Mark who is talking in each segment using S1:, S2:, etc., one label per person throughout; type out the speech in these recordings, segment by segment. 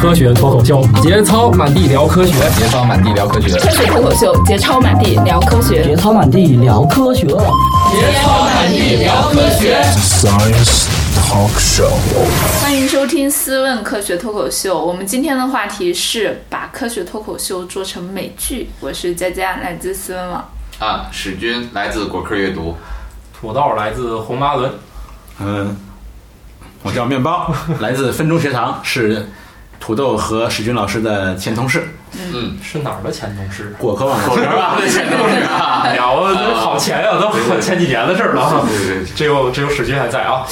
S1: 科学脱口秀，节操满地聊科学，
S2: 节操满地聊科学，
S3: 科学脱口秀，节操满地聊科学，
S4: 节操满地聊科学，
S5: 节操满地聊科学。
S6: Science Talk Show，
S3: 欢迎收听《思问科学脱口秀》。我们今天的话题是把科学脱口秀做成美剧。我是佳佳，来自思问网。
S2: 啊，史军来自果壳阅读，
S7: 土豆来自红八轮，
S8: 嗯，我叫面包，来自分钟学堂，是土豆和史军老师的前同事。
S2: 嗯，
S7: 是哪儿的前同事？
S8: 果壳网
S2: 口
S8: 是吧？
S2: 前同事啊，
S7: 哎呀，我都 好前呀，都前几年的事儿了。
S2: 对对对，
S7: 只有只有史军还在啊，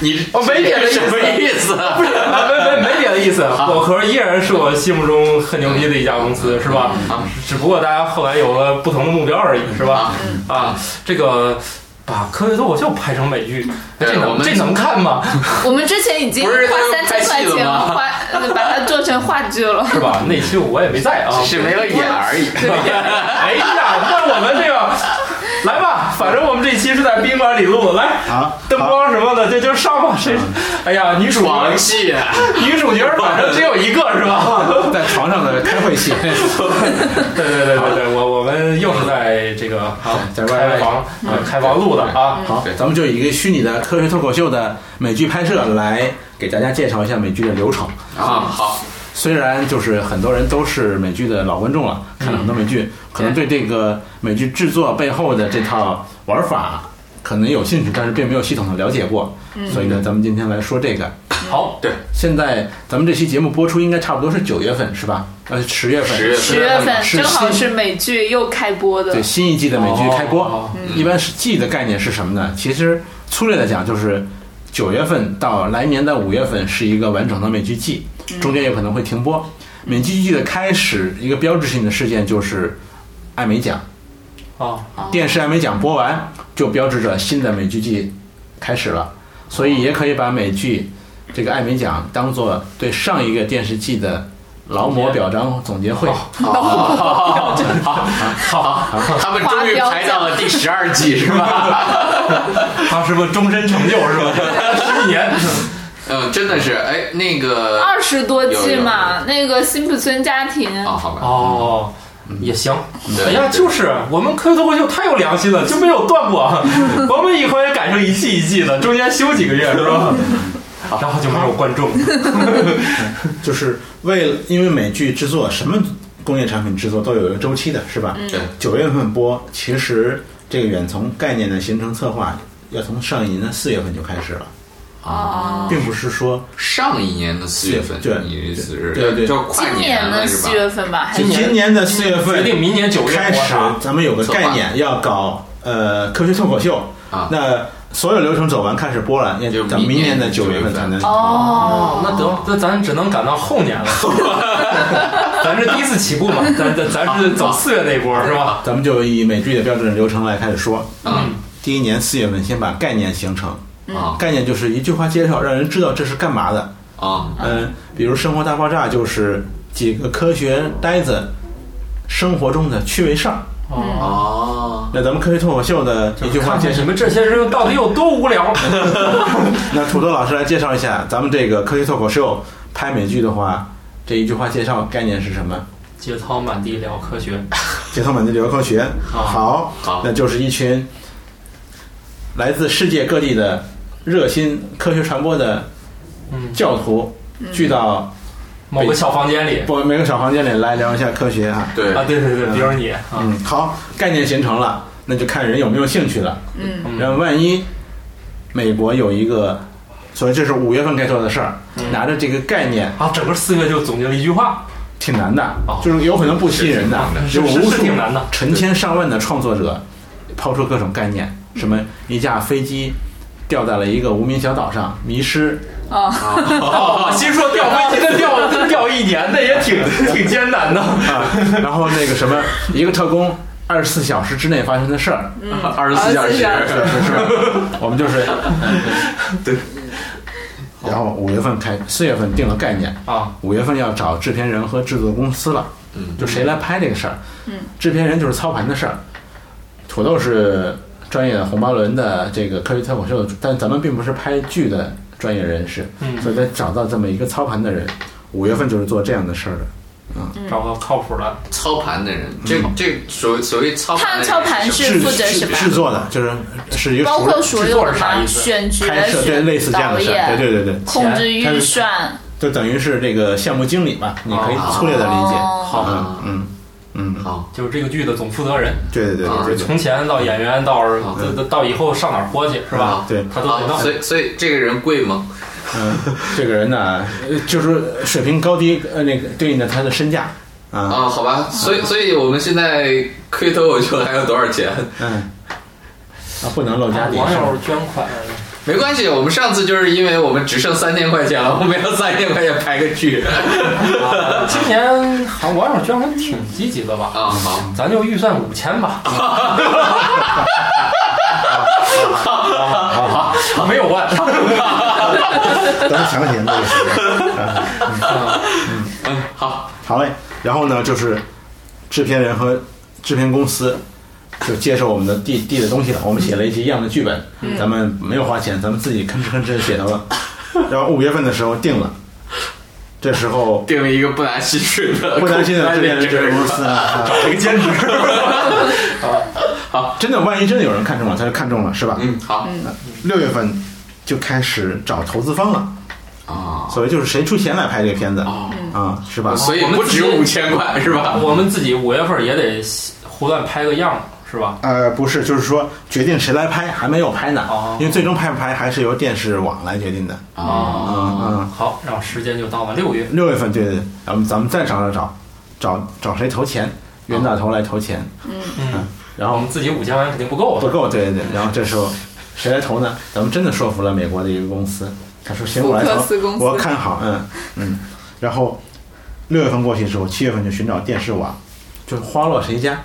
S2: 你
S7: 我哦没别的意思啊
S2: 什么意思？
S7: 没没没别的意思。果壳依然是我心目中很牛逼的一家公司，是吧？
S2: 啊
S7: 只不过大家后来有了不同的目标而已，是吧？
S2: 啊，
S7: 啊，这个把科学脱口秀拍成美剧，
S2: 对
S7: 这
S2: 我
S7: 能
S2: 们
S7: 这能看 吗？
S3: 我们之前已经
S2: 不是
S3: 花三千块
S2: 拍戏
S3: 钱
S2: 了吗
S3: 花呃把它做成话剧 了。
S7: 是吧？那期我也没在啊
S2: 只，是没了眼而已。
S7: 哎呀，那我们这个来吧，反正我们这期是在宾馆里录的，来
S8: 啊
S7: 灯光什么的，这就上吧。谁？哎呀，女主
S2: 床戏啊，
S7: 女主角反正只有一个是 吧？
S8: 在床上的开会 戏，
S7: 对 对对对对，我我们又是在这个啊
S8: 在外
S7: 开房呃开房录的啊。
S8: 好
S2: 对，
S8: 咱们就以一个虚拟的科学脱口秀的美剧拍摄来给大家介绍一下美剧的流程。
S2: 啊，好，
S8: 虽然就是很多人都是美剧的老观众了，看了很多美剧，可能对这个美剧制作背后的这套玩法可能有兴趣，但是并没有系统的了解过。所以呢，咱们今天来说这个。
S7: 好，
S2: 对，
S8: 现在咱们这期节目播出应该差不多是九月份是吧？呃，十月份，
S2: 十月份
S3: 十月份
S8: 是
S3: 正好
S8: 新
S3: 是美剧又开播的
S8: 对，新一季的美剧开播。嗯
S7: 哦
S2: 嗯
S8: 一般是季的概念是什么呢？其实粗略的讲，就是九月份到来年的五月份是一个完整的美剧季，
S2: 嗯
S8: 中间有可能会停播。美剧季的开始，一个标志性的事件就是艾美奖，
S7: 哦，
S8: 电视艾美奖播完，就标志着新的美剧季开始了。所以也可以把美剧这个艾美奖当做对上一个电视季的劳模表彰总结会。
S2: 他们终于排到了第十二季，是吧？
S7: 他是不是终身成就是吧？ 十几年，
S2: 嗯，真的是，哎，那个
S3: 二十多季嘛，那个辛普森家庭，
S2: 啊，好吧，
S7: 哦，也行。
S2: 对
S7: 哎呀，
S2: 对
S7: 就是我们科学脱口秀太有良心了，就没有断过。我们以后也改成一季一季的，中间休几个月是吧？然后就没有观众。
S8: 就是为了，因为美剧制作什么工业产品制作都有一个周期的，是吧？
S2: 对，
S8: 九、月份播，其实这个远从概念的形成策划要从上一年的四月份就开始了，
S2: 啊，
S8: 并不是说
S2: 上一年的四月份，
S8: 对对
S2: 你的意思是，
S8: 对对
S2: 就跨
S3: 今
S2: 年
S3: 的
S2: 了是
S3: 四
S2: 吧？嗯
S3: 月份吧，还
S8: 今
S3: 是
S8: 今年的四月份
S7: 决定明年九月
S8: 开
S7: 播
S8: 始
S7: 啥，
S8: 咱们有个概念要搞呃科学脱口秀
S2: 啊
S8: 那所有流程走完开始播了，要
S2: 就
S8: 等
S2: 明
S8: 明
S2: 年
S8: 的九月份才能。
S3: 哦
S7: 哦，，那得那咱只能赶到后 年了。咱是第一次起步嘛，咱咱咱是走四月那一波是吧？
S8: 咱们就以美剧的标准流程来开始说。
S2: 嗯
S8: 第一年四月份先把概念形成，
S2: 啊
S8: 概念就是一句话介绍，让人知道这是干嘛的。
S2: 啊
S8: 嗯，比如《生活大爆炸》就是几个科学呆子生活中的趣味事儿。
S2: 啊！
S8: 那咱们科学脱口秀的一句话
S7: 看
S8: 介
S7: 看
S8: 绍
S7: 你，们这些人到底有多无聊？
S8: 那土豆老师来介绍一下，咱们这个科学脱口秀拍美剧的话，这一句话介绍概念是什么？
S7: 节操满地聊科学，
S8: 街头满地聊科学。
S7: 好
S8: 好，
S2: 好
S8: 那就是一群来自世界各地的热心科学传播的
S7: 嗯，
S8: 教徒聚到
S7: 某个小房间里
S8: 我们每个小房间里来聊一下科学啊。
S2: 对
S7: 啊，对对对，比如你啊，
S8: 嗯，好，概念形成了，那就看人有没有兴趣了。
S3: 嗯
S7: 嗯
S8: 然后万一美国有一个，所以这是五月份该做的事儿，拿着这个概念
S7: 啊，整个四月就总结了一句话，
S8: 挺难的
S7: 哦，
S8: 就是有可能不吸引人的，
S7: 是
S8: 有
S7: 是
S8: 无
S7: 是
S8: 数
S7: 挺难的
S8: 成千上万的创作者抛出各种概念，
S7: 嗯
S8: 什么一架飞机掉在了一个无名小岛上迷失，
S3: 哦，
S7: 哦，心说掉飞机，那 掉掉一年，那也 挺挺艰难的。
S8: 啊， 然后那个什么一个特工二十四小时之内发生的事
S7: 嗯
S8: 儿，
S2: 嗯二十四小时，
S8: 是是 是，我们就是对。然后五月份开，四月份定了概念，
S7: 啊，
S8: 五月份要找制片人和制作公司了，
S2: 嗯
S8: 就谁来拍这个事儿，嗯，制片人就是操盘的事儿，土豆是专业的红八轮的这个科学脱口秀，但咱们并不是拍剧的专业人士，
S7: 嗯
S8: 所以得找到这么一个操盘的人。五月份就是做这样的事儿的，
S7: 找个靠谱的，
S2: 操盘的人，这这所所谓操
S3: 他
S2: 盘的人是
S3: 操盘
S2: 什
S3: 是
S2: 么
S3: 负责什么？
S8: 制作的，就是是一个
S3: 包括所有的
S7: 制作是啥
S3: 吗？
S7: 意思
S3: 选角、
S8: 拍摄，对，
S3: 选
S8: 类似这样
S3: 导
S8: 的事
S3: 演
S8: 儿，对对对对，
S3: 控制预算，
S8: 就等于是这个项目经理吧，你可以粗略的理解。
S3: 哦
S2: 好
S8: 嗯嗯嗯，
S2: 啊好，
S7: 就是这个剧的总负责人，
S8: 对对对
S2: 啊
S8: 对对对
S7: 从前到演员到到到以后上哪儿播去是吧？
S8: 对，
S7: 他都得
S2: 好，
S7: 弄
S2: 啊所。以所以这个人贵吗？
S8: 嗯， 这个人呢，呃就是水平高低，呃，那个对应的他的身价啊，
S2: 啊，好吧，所以所以我们现在亏脱口秀还有多少钱？
S8: 嗯，啊，不能漏家底
S7: 网
S8: 是吧
S7: 友捐款，
S2: 没关系，我们上次就是因为我们只剩三千块钱了，我们要三千块钱拍个剧
S7: 啊今年好像网友捐款挺积极的吧？
S2: 啊，好。
S7: 咱就预算五千 吧。没有万，
S8: 咱详情那个是啊
S2: 嗯好，
S8: 好嘞。然后呢，就是制片人和制片公司就接受我们的递递的东西了，我们写了一些一样的剧本，咱们没有花钱，咱们自己吭哧吭哧地写到了。然后五月份的时候定了，这时候
S2: 定了一个不拿薪水的，
S7: 呃
S8: 不担心的制片人制
S2: 这个
S8: 片
S2: 人
S8: 公司啊，
S7: 找了个兼 职。
S8: 真的，万一真的有人看中了，他就看中了，是吧？
S2: 嗯，好
S8: 六月份就开始找投资方了，
S2: 啊
S8: 所以就是谁出钱来拍这个片子啊、
S2: 哦，
S8: 是吧？
S7: 嗯
S2: 所以不止五千块是吧？
S7: 我们自己五月份也得胡乱拍个样儿，是吧？
S8: 呃，不是，就是说决定谁来拍，还没有拍呢，
S7: 哦
S8: 因为最终拍不拍还是由电视网来决定的。
S2: 啊，
S8: 嗯
S7: 好，然后时间就到了六月
S8: 嗯，，六月份对对，对咱们咱们再找找找找找谁投钱，冤大头来投钱，
S7: 嗯，
S8: 然
S7: 我
S8: 后
S7: 们自己五千万肯定不够啊
S8: 不。够，对对对，然后这时候谁来投呢？咱们真的说服了美国的一个公司，他说行，我来
S3: 福克斯公
S8: 投，
S3: 司
S8: 我看好，嗯嗯，然后六月份过去之后，七月份就寻找电视网，就是花落谁家。嗯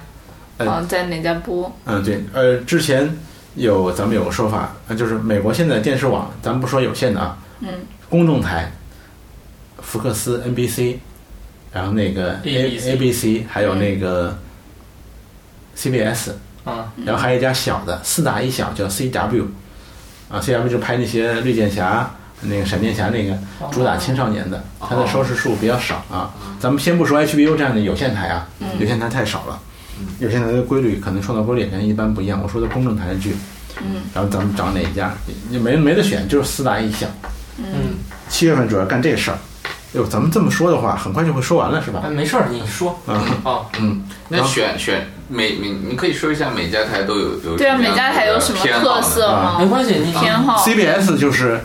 S3: 嗯，在哪家播？
S8: 嗯，对，呃，之前有咱们有个说法，呃就是美国现在电视网，咱们不说有线的啊，
S3: 嗯，
S8: 公众台，福克斯、NBC，然后那个 A
S7: ABC
S8: ABC，还有那
S3: 嗯
S8: 个 CBS，
S7: 嗯，
S8: 然后还有一家小的，四大一小叫 CW，啊，CW 就拍那些绿箭侠、那个闪电侠那个主打青少年的，它的收视数比较少啊。咱们先不说 HBO 这样的有线台啊，有线台太少了，有线台的规律可能创造规律也跟一般不一样。我说的公正台的剧，
S3: 嗯，
S8: 然后咱们找哪一家也也没没得选，就是四大一小。
S7: 嗯，
S8: 七月份主要干这事儿。哟，咱们这么说的话，很快就会说完了是吧
S7: 哎，？没事儿，你说
S8: 啊，
S7: 啊，
S2: 那选选每每，你可以说一下每家台都有有
S3: 对啊，
S2: 什么
S3: 每
S2: 样
S3: 家
S2: 的
S3: 台有什么
S2: 偏好
S3: 特
S2: 呢
S3: 色吗？
S7: 没关系，你
S3: 偏
S8: 啊
S3: 好
S8: CBS 就是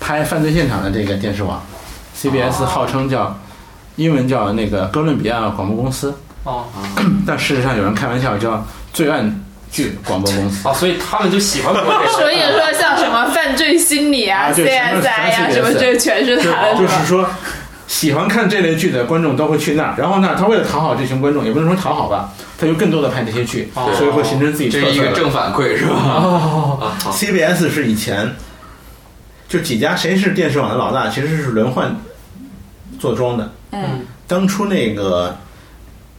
S8: 拍犯罪现场的这个电视网，CBS 号称叫英文叫那个哥伦比亚广播公司，
S7: 啊
S8: 但事实上有人开玩笑叫罪案剧广播 公司。
S7: 啊，所以他们就喜欢我这
S3: 所
S7: 个。
S3: 以说像什么犯罪心理啊、
S8: 啊对
S3: CSI 呀、
S8: 全是
S3: 什么，这全是
S8: 就
S3: 他的，
S8: 就是哦说，喜欢看这类剧的观众都会去那儿，然后那儿他为了讨好这群观众，也不能说讨好吧，他就更多的拍这些剧，
S7: 哦
S8: 所以会形成自己
S2: 这
S8: 特
S2: 是一
S8: 色
S2: 个
S8: 的。
S2: 正反馈是吧？
S7: 哦，
S2: 啊，好
S8: CBS 是以前就几家谁是电视网的老大，其实是轮换坐庄的。
S3: 嗯，
S8: 当初那个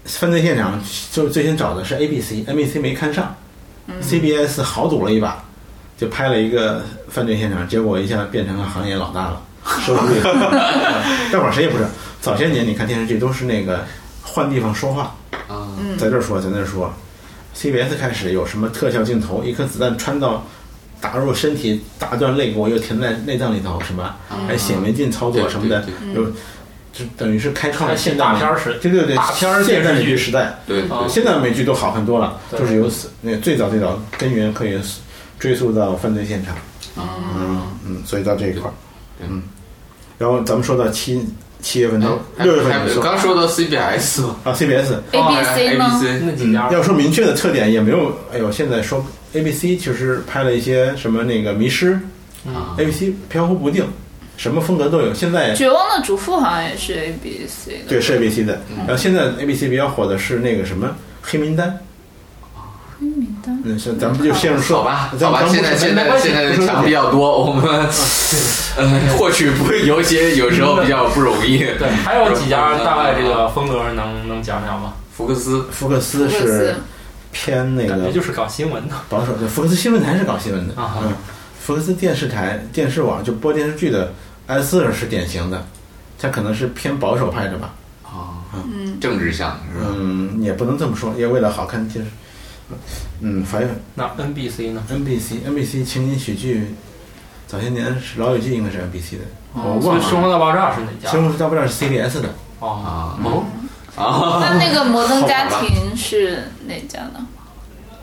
S8: 犯罪现场就最先找的是 ABC，ABC 没看上、c b s 豪赌了一把，就拍了一个犯罪现场，结果一下变成了行业老大了，收视率。大伙儿谁也不知道，早些年你看电视剧都是那个换地方说话，
S2: 啊，
S8: 在这儿说，在那儿说。CBS 开始有什么特效镜头，一颗子弹穿到打入身体，打断肋骨，又停在内脏里头，什么还显微镜操作什么的，
S2: 对对
S8: 有就等于是开创了
S7: 还是
S8: 现代
S7: 大
S8: 美
S7: 片儿时
S8: 对对对，
S7: 大片儿
S8: 现
S7: 电
S8: 代
S7: 视
S8: 美
S7: 剧
S8: 剧时代，
S2: 对对
S7: 啊
S8: 现在美剧都好很多了，
S7: 对
S8: 就是由此那最早最早根源可以追溯到犯罪现场，
S2: 啊，
S8: 嗯嗯，所以到这一块儿，
S2: 对
S8: 嗯，然后咱们说到七七月份到
S2: 还
S8: 六月份
S2: 哎还
S8: 你说
S2: 刚说到 CBS 吗哦哎
S8: 啊 CBS，
S3: ABC 呢？
S2: ABC
S7: 那几家
S8: 要说明确的特点也没有，哎呦，现在说 A B C 其实拍了一些什么那个迷失
S2: 啊，
S8: ，A B C 飘忽不定，什么风格都有。现在
S3: 绝望的主妇好像也是 ABC 的，
S8: 对是 A B C 的，
S2: 嗯
S8: 然后现在 A B C 比较火的是那个什么黑名单。
S3: 黑名单。
S8: 嗯，像咱们就陷入说
S2: 好吧，
S8: 咱
S2: 好
S8: 们
S2: 吧，
S8: 刚
S2: 现在
S8: 不是
S2: 现
S8: 没
S2: 在
S8: 关系
S2: 现在
S8: 不
S2: 的
S8: 是
S2: 墙比较多，我们呃获取不有些有时候比较不容易。
S7: 对，还有几家大概这个风格能能讲讲吗？
S2: 福克斯
S8: 福克斯
S3: 福克斯
S8: 是偏那
S7: 感
S8: 个
S7: 觉就是搞新闻的。
S8: 保守，对，福克斯新闻台是搞新闻的
S7: 啊哈
S8: 嗯，福克斯电视台电视网就播电视剧的艾斯尔是典型的，他可能是偏保守派的吧，
S7: 哦嗯
S2: 政治向是吧？
S8: 嗯，也不能这么说，也为了好看电视，嗯，反正
S7: 那 NBC 呢？
S8: NBC NBC 情景喜剧，早些年是老友记应该是 NBC 的，我
S7: 所
S8: 忘
S7: 以《生
S8: 了，
S7: 活大爆炸》是哪家？
S8: 生活大爆炸是 CBS 的，
S7: 哦，
S2: 啊
S7: 哦
S3: 那那个《摩登家庭》是哪家的？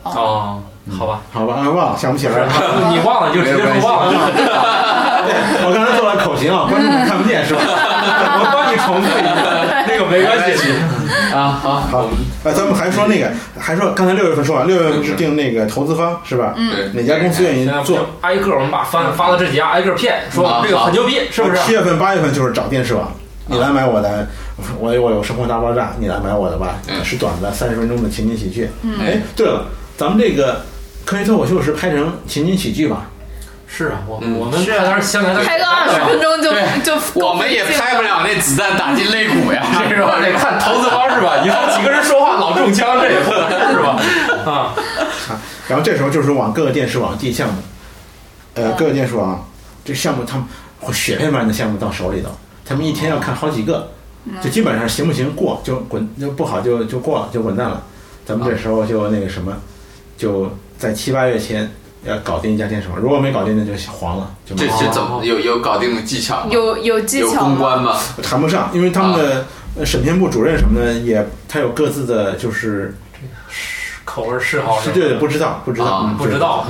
S7: 哦，好吧，
S8: 好吧，啊忘了，想不起来 了。
S7: 你忘了就直接说忘了，
S8: 我刚才做了口型啊，观众们看不见是吧？
S7: 我帮你重复一 遍，那个没关系。
S2: 啊，好，我们
S8: 啊，咱们还说那个，还说刚才六月份说完，六月份嗯制定那个投资方是吧？
S2: 对
S8: 哪家公司愿意
S7: 现在
S8: 做
S7: 就？挨个我们把发发的这几家挨个骗，说这个很牛 逼，是不
S8: 七
S7: 是？
S8: 月份、八月份就是啊找电视网，你来买我的，我我有《生活大爆炸》，你来买我的吧，
S2: 嗯
S8: 是短的三十分钟的情景喜剧。哎
S2: 哎，
S8: 对了，咱们这个科学脱口秀是拍成情景喜剧吧？
S7: 是啊，我
S2: 嗯
S7: 我们是当时香港
S3: 拍个二十分钟就
S2: 对
S3: 就够
S2: 我们也
S3: 费劲
S2: 拍不了那子弹打进肋 骨呀，
S7: 是吧？得看投资方是 吧？以后几个人说话老中枪，这也不能 是吧？啊，
S8: 啊，然后这时候就是往各个电视网递项目，呃，各个电视网这项目他们会雪片般的项目到手里头，他们一天要看好几个，就基本上行不行过就滚，就不好就就过了就滚蛋了。咱们这时候就那个什么，就在七八月前要搞定一家电视网，如果没搞定那就黄了，就没
S2: 这这怎
S7: 哦
S2: 么有有搞定的技巧吗？
S3: 有有技
S2: 有
S3: 巧
S2: 公
S3: 吗？
S2: 关吗？
S8: 谈不上，因为他们
S7: 啊
S8: 的呃审片部主任什么的也他有各自的就是
S7: 口味嗜好
S8: 是
S7: 吧
S8: 对的不知道不知道
S2: 啊
S8: 嗯
S7: 不知道，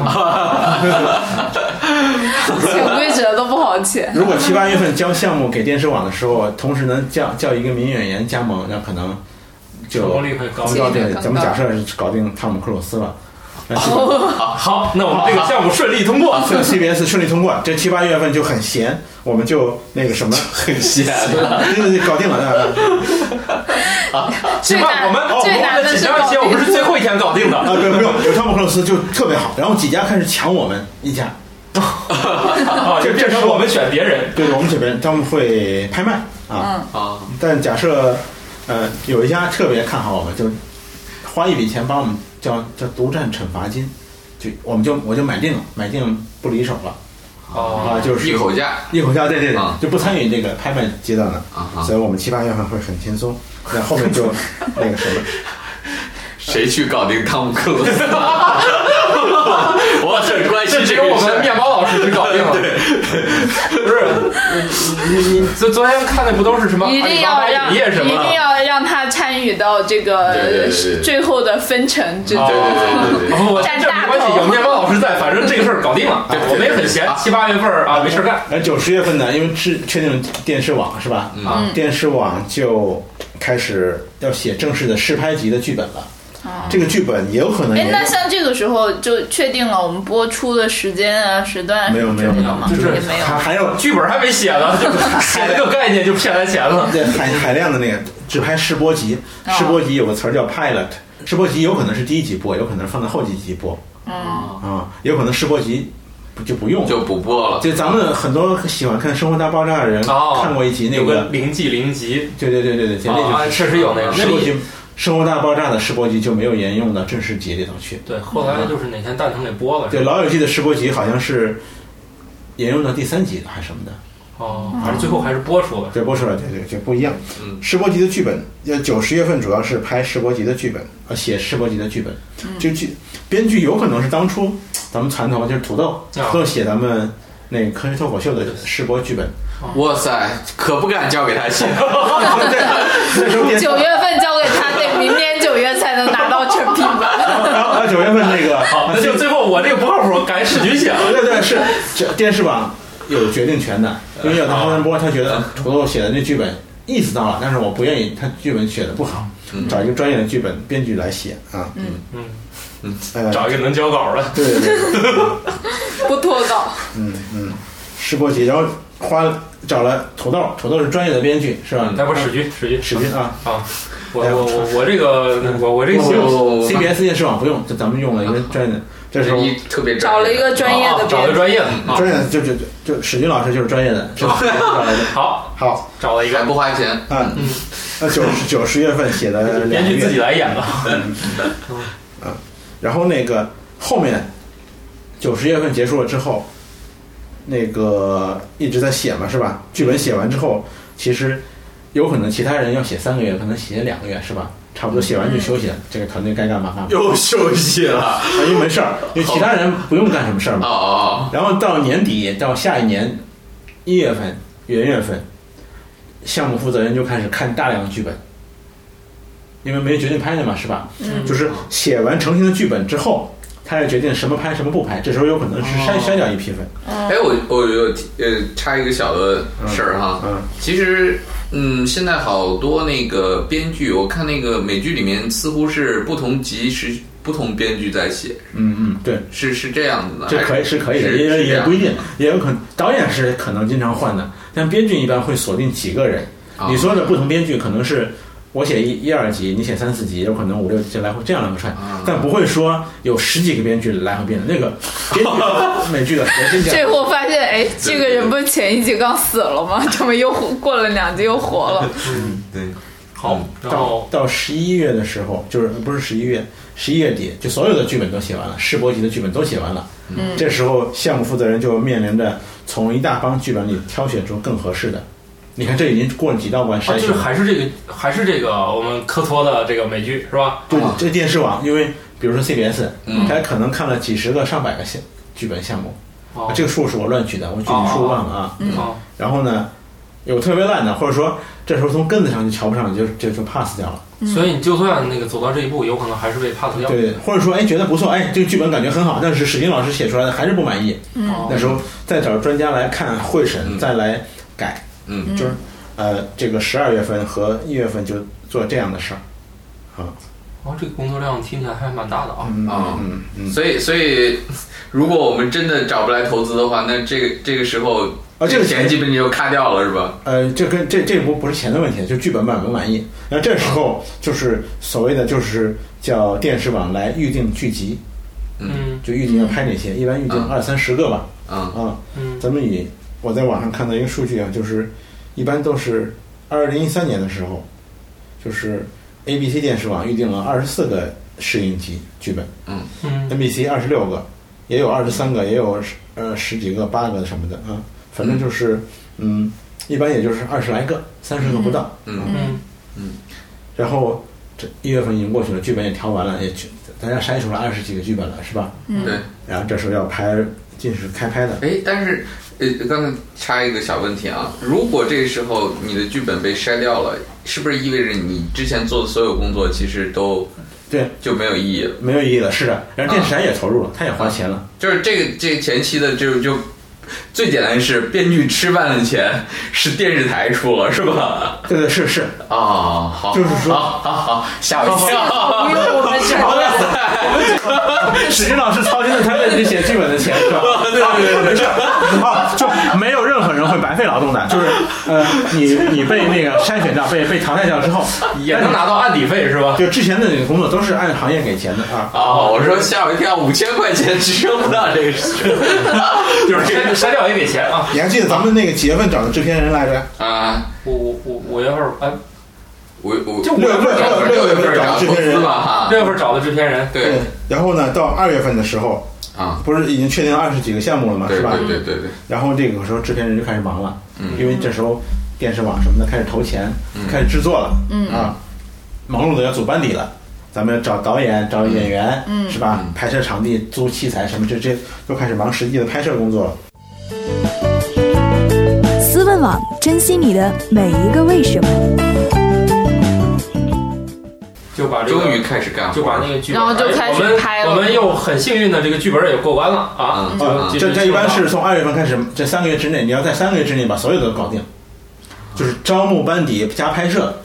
S3: 潜规则都不好 潜。
S8: 如果七八月份交项目给电视网的时候，同时能叫叫一个名演员加盟，那可能
S7: 成
S8: 就
S7: 功率会高。
S8: 不知道
S3: 这
S8: 对
S3: 个，
S8: 咱们假设是搞定汤姆克鲁斯 了。那基本
S7: 好，那我们这个项目顺利通过。
S8: 这 CBS 顺利通过，这七八月份就很闲，我们就那个什么， 很闲
S7: 啊
S2: 啊
S8: 了，对对对，搞定了。啊
S3: 最
S7: 行吧
S3: 难
S7: 我们哦
S3: 最
S7: 我
S3: 难
S7: 们的
S3: 的是
S7: 几家
S3: 搞
S7: 一些，我们是
S3: 定。
S7: 最后一天搞定 的。
S8: 啊，对，不用，有汤姆克鲁斯就特别好，然后几家开始抢我们一家，
S7: 啊，就变成我们选别人。
S8: 对，我们这边他们会拍卖啊，
S3: 嗯，
S7: 哦
S2: 啊，
S8: 但假设呃有一家特别看好我们，就花一笔钱帮我们叫叫独占惩罚金，就我们就我就买定了，买定不离手了
S7: 哦，
S8: 啊，就是
S2: 一口价
S8: 一口价，对对对
S2: 啊，
S8: 就不参与这个拍卖阶段了，
S2: 啊啊，
S8: 所以我们七八月份会很轻松，那后 面就那个什么，
S2: 谁去搞定汤姆克 鲁斯？我很关心
S7: 这只
S2: 这
S7: 有
S2: 个
S7: 我
S2: 事
S7: 们的面
S2: 儿。
S7: 包老师去搞定了。不是，你你你昨昨天看的不都是什么阿
S3: 一定
S7: 里巴
S3: 要
S7: 巴
S3: 让
S7: 影业什
S3: 一
S7: 么
S3: 定
S7: 的？
S3: 要让他参与到这
S2: 对对
S3: 个
S2: 对对
S3: 最后的分成之
S7: 哦
S3: 中。
S2: 对对对对对
S7: 不不，这
S3: 占
S7: 这
S3: 大
S7: 哦没关系，
S3: 头
S7: 有面包老师在，反正这个事儿搞定了。我们也很闲，七八月份儿啊没事儿干。
S8: 而九十月份呢，因为是确定电视网是吧？
S2: 嗯
S7: 啊
S8: 电视网就开始要写正式的试拍集的剧本了。这个剧本也有可能也
S3: 哦哎，那像这个时候就确定了我们播出的时间啊、时段啊
S8: 没有没有
S3: 什
S8: 没
S3: 么的吗？
S8: 有，
S7: 就
S8: 就是
S3: 也没有。
S8: 还还有
S7: 剧本还没写呢，就 写了个概念就骗来钱了。
S8: 这海海量的那个只拍试播集，
S3: 哦
S8: 试播集有个词儿叫 pilot，试播集有可能是第一集播，有可能放在后几集播
S3: 嗯，
S8: 啊，有可能试播集不就不用。
S2: 就不播了，
S8: 就咱们很多喜欢看《生活大爆炸》的人
S7: 哦
S8: 看过一集那
S7: 有个
S8: 个，
S7: 零记零集
S8: 对对对对对，简历
S7: 啊，
S8: 就
S7: 确实有那个
S8: 是
S7: 那
S8: 试播
S7: 里
S8: 集，《生活大爆炸》的试播集就没有沿用到正式集里头去。
S7: 对，后来就是哪天蛋疼给播了，
S8: 对，《老友记》的试播集好像是沿用到第三集还是什么的，
S7: 哦，反正最后还是播出了。
S8: 对，播出来，对对对，不一样。
S2: 嗯
S8: 世博集的剧本，要九十月份主要是拍世博集的剧本，呃，写世博集的剧本。这个剧编剧有可能是当初咱们传统就是土豆，
S7: 啊
S8: 土豆写咱们那个科学脱口秀的世 博剧本。
S2: 哇塞，可不敢交给他 写。
S8: 那时候电视
S3: 九月份交给他，得明年九月才能拿到成品 吧？
S8: 然后九月份那个，
S7: 好，啊 那就最后我这个不靠谱，改史局写了。
S8: 对对是这电视网有决定权的，
S7: 嗯
S8: 因为有唐文波他觉得土豆写的那剧本意思到了，但是我不愿意他剧本写的不好，找一个专业的剧本编剧来写啊。嗯
S7: 嗯
S8: 嗯，呃
S7: 找一个能交稿的。
S8: 对对对。
S3: 不脱稿，
S8: 世博集，然后花找了土豆，土豆是专业的编剧是吧？
S7: 嗯那不史局，史局，
S8: 史军啊，
S7: 啊！我我我我这个我我这个
S8: 不
S7: 行
S8: 不
S2: 我
S8: 不不 CBS 电视网不用，就咱们用了一个专业的，这时候
S2: 你特别
S3: 找了一个专业的
S7: 啊找
S3: 编
S7: 个专业的啊，
S8: 专业的就就就就史军老师就是专业的，
S7: 哦
S8: 是吧？找来的
S7: 好，
S8: 好
S7: 找了一
S2: 还
S7: 个
S2: 不花钱，
S8: 啊，那九十九十月份写的
S7: 嗯编
S8: 两个
S7: 剧自己
S8: 月，
S7: 来演的。
S8: 然后那个后面九十月份结束了之后，那个一直在写嘛，是吧？剧本写完之后，其实有可能其他人要写三个月，可能写两个月，是吧？差不多写完就休息了，这个团队该干嘛干嘛，啊
S2: 又休息了。
S8: 因为没事儿，因为其他人不用干什么事儿
S2: 哦
S8: 嘛。
S2: 哦，
S8: 然后到年底，到下一年一月份、元月份，项目负责人就开始看大量的剧本，因为没决定拍的嘛，是吧？
S3: 嗯
S8: 就是写完成型的剧本之后，他要决定什么拍什么不拍，这时候有可能是筛筛掉一批分。
S3: 哦
S2: 哎，我我我呃插一个小的事儿哈，
S8: 嗯，
S2: 其实，嗯，现在好多那个编剧，我看那个美剧里面似乎是不同集是不同编剧在写，
S8: 嗯嗯，对，
S2: 是是这样子的，
S8: 这可以是可以的，
S2: 是是
S8: 也
S2: 这
S8: 也
S2: 样
S8: 不一定，也有可能导演是可能经常换的，但编剧一般会锁定几个人。
S2: 啊
S8: 你说的不同编剧可能是我写一一二集，你写三四集，有可能五六集来回这样来回串，
S2: 哦
S8: 但不会说有十几个编剧来回变的。那个编 剧美剧的核心价值
S3: 这我发现，哎，这个人不是前一集刚死了吗？怎么又活过了两集又活了？
S2: 嗯
S7: 好，然
S8: 到
S7: 后
S8: 到十一月的时候，就是不是十一月，十一月底就所有的剧本都写完了，世博级的剧本都写完了。
S3: 嗯
S8: 这时候项目负责人就面临着从一大帮剧本里挑选出更合适的。你看，这已经过了几道关
S7: 啊，就
S8: 筛选
S7: 是
S8: 了。
S7: 还是这个，还是这个我们科托的这个美剧是吧？
S8: 对
S2: 啊，
S8: 这电视网，因为比如说 CBS，
S2: 嗯
S8: 他可能看了几十个、上百个项剧本项目，啊
S7: 哦
S8: 这个数是我乱取的，我具体数忘了啊。
S7: 哦
S8: 然后呢，有特别烂的，或者说这时候从根子上就瞧不上，你就就就 pass 掉了。
S3: 嗯
S7: 所以你就算那个走到这一步，有可能还是被 pass 掉。
S8: 对，或者说哎觉得不错，哎这个剧本感觉很好，但是史金老师写出来的还是不满意。
S3: 嗯
S7: 哦
S8: 那时候再找专家来看会审，
S2: 嗯
S8: 再来改。
S2: 嗯
S8: 就是呃这个十二月份和一月份就做这样的事儿。
S7: 哦，这个工作量听起来还蛮大的啊。
S8: 嗯
S2: 啊
S8: 嗯嗯。
S2: 所以所以，如果我们真的找不来投资的话，那这个这个时候
S8: 啊，这个
S2: 钱基本就卡掉了，是吧？
S8: 呃，这跟这这不不是钱的问题，就剧本满不满意。那这时候就是所谓的就是叫电视网来预定剧集，
S7: 嗯
S8: 就预定要拍哪些，一般预定
S2: 嗯
S8: 二三十个吧。
S2: 嗯
S8: 啊，
S7: 嗯
S8: 咱们以我在网上看到一个数据啊，就是一般都是二零一三年的时候，就是 ABC 电视网预定了二十四个试映集剧本
S7: 嗯，
S8: ，NBC 二十六个，也有二十三个，也有十呃十几个、八个什么的啊，反正就是嗯，一般也就是二十来个、三十个不到。
S2: 嗯
S7: 嗯，
S8: 然后这一月份已经过去了，剧本也调完了，也去大家筛出了二十几个剧本了，是吧？
S3: 嗯
S2: 对。
S8: 然后这时候要拍，进是开拍的，
S2: 哎，但是呃，刚才插一个小问题啊，如果这个时候你的剧本被筛掉了，是不是意味着你之前做的所有工作其实都
S8: 对，
S2: 就没有意义了？
S8: 没有意义了。是的，然后电视台也投入了，他也花钱了。
S2: 就是这个这个前期的就就最简单是编剧吃饭的钱是电视台出了是吧？
S8: 对对呃是是，
S2: 啊、好，
S8: 就是说
S2: 好好好，吓我一跳。
S3: 好哦因为我们这个
S8: 史军老师操心的他为这写剧本的钱是吧？ 对对对，没事啊，就没有任何人会白费劳动的，就是呃，你你被那个筛选掉、被被淘汰掉之后，
S3: 嗯
S7: 也能拿到案底费是吧？
S8: 就之前的那个工作都是按行业给钱的啊。
S2: 哦，我说吓我一跳，五千块钱支撑不到这个事
S7: 就是删删掉也给钱啊。
S8: 你还记得咱们那个几月份找的制片人来着？
S2: 啊！
S7: 我我我五月份儿哎，
S2: 我我
S7: 就五月份找的
S2: 六月份找投资吧哈，
S7: 六月份儿找的制片人，
S2: 对，
S8: 嗯然后呢，到二月份的时候，
S7: 嗯
S2: 啊，
S8: 不是已经确定了二十几个项目了嘛，
S2: 对
S8: 是吧？
S2: 对对对对，
S8: 然后这个时候制片人就开始忙了，
S2: 嗯
S8: 因为这时候电视网什么的开始投钱，开始制作了，
S3: 嗯
S8: 啊，忙碌的要组班底了，咱们找导演、找演员，
S3: 嗯
S8: 是吧
S2: 嗯？
S8: 拍摄场地、租器材什么，这这都开始忙实际的拍摄工作了。
S4: 思问网珍惜你的每一个为什么。
S7: 就把这个
S2: 终于开始干活，
S7: 就把那个剧本，
S3: 然后就
S7: 哎
S3: 开始
S7: 我们
S3: 拍了
S7: 我们又很幸运的，这个剧本也过关了啊！
S2: 嗯
S7: 就
S8: 啊，
S7: 就
S8: 这
S7: 就
S8: 这一般是从二月份开始，这三个月之内，你要在三个月之内把所有的都搞定，就是招募班底加拍摄，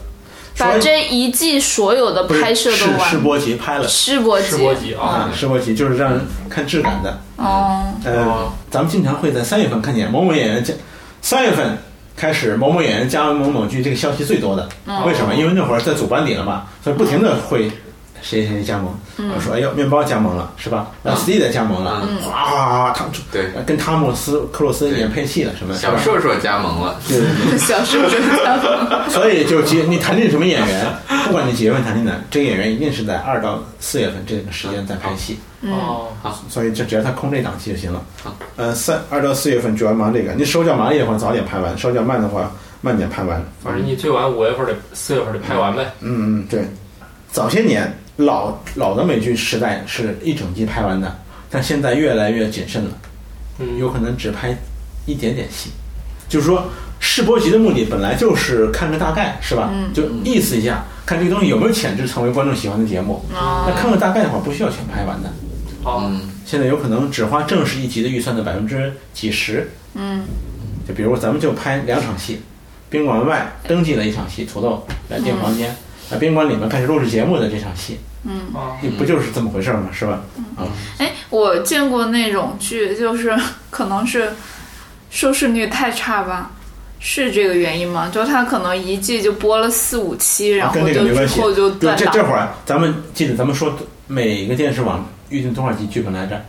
S3: 把
S8: 说
S3: 这一季所有的
S8: 不是
S3: 拍摄
S8: 试
S3: 都完
S8: 试，播集拍了
S3: 试播
S7: 世博集啊，
S8: 啊，试播集就是让人看质感的。
S3: 哦，
S8: 呃
S2: 哦，
S8: 咱们经常会在三月份看见某某演员加，三月份开始某某演员加盟某某剧这个消息最多的，为什么？因为那会儿在组班底了嘛，所以不停的会谁谁谁加盟，我说哎呦，面包加盟了是吧？那 C 的加盟了，哗哗哗，汤
S2: 对，
S8: 跟汤姆斯克鲁斯演配戏了什
S7: 嗯
S8: 么？
S2: 小硕硕加盟了，
S8: 对对对，
S3: 小时候就是这样
S8: 所以就结你谈定什么演员，不管你几月份谈定的，这个演员一定是在二到四月份这个时间在拍戏。
S7: 哦，
S3: 嗯
S8: 所以就只要他空这档期就行了。呃，三二到四月份主要忙这个，你手脚麻利的话早点拍完，手脚慢的话慢点拍完。
S7: 反正你最晚五月份得四月份得拍完呗。
S8: 嗯嗯，对。早些年老老的美剧时代是一整季拍完的，但现在越来越谨慎了，
S7: 嗯，
S8: 有可能只拍一点点戏。就是说，试播集的目的本来就是看个大概，是吧？就意思一下，看这个东西有没有潜质成为观众喜欢的节目。那看个大概的话，不需要全拍完的。
S7: 哦，
S2: 嗯，
S8: 现在有可能只花正式一集的预算的百分之几十。
S3: 嗯，
S8: 就比如咱们就拍两场戏，宾馆外登记了一场戏，土豆来
S3: 嗯
S8: 订房间，在、宾馆里面开始录制节目的这场戏，
S7: 哦，
S3: 嗯
S8: 不就是这么回事儿吗？是吧？
S3: 哎，我见过那种剧，就是可能是收视率太差吧，是这个原因吗？就它可能一季就播了四五期，然
S8: 啊跟
S3: 后
S8: 这
S3: 就
S8: 个没关系
S3: 之后就
S8: 对，
S3: 断
S8: 这
S3: 档
S8: 这会儿咱们记得咱们说每个电视网预定多少集剧本来着？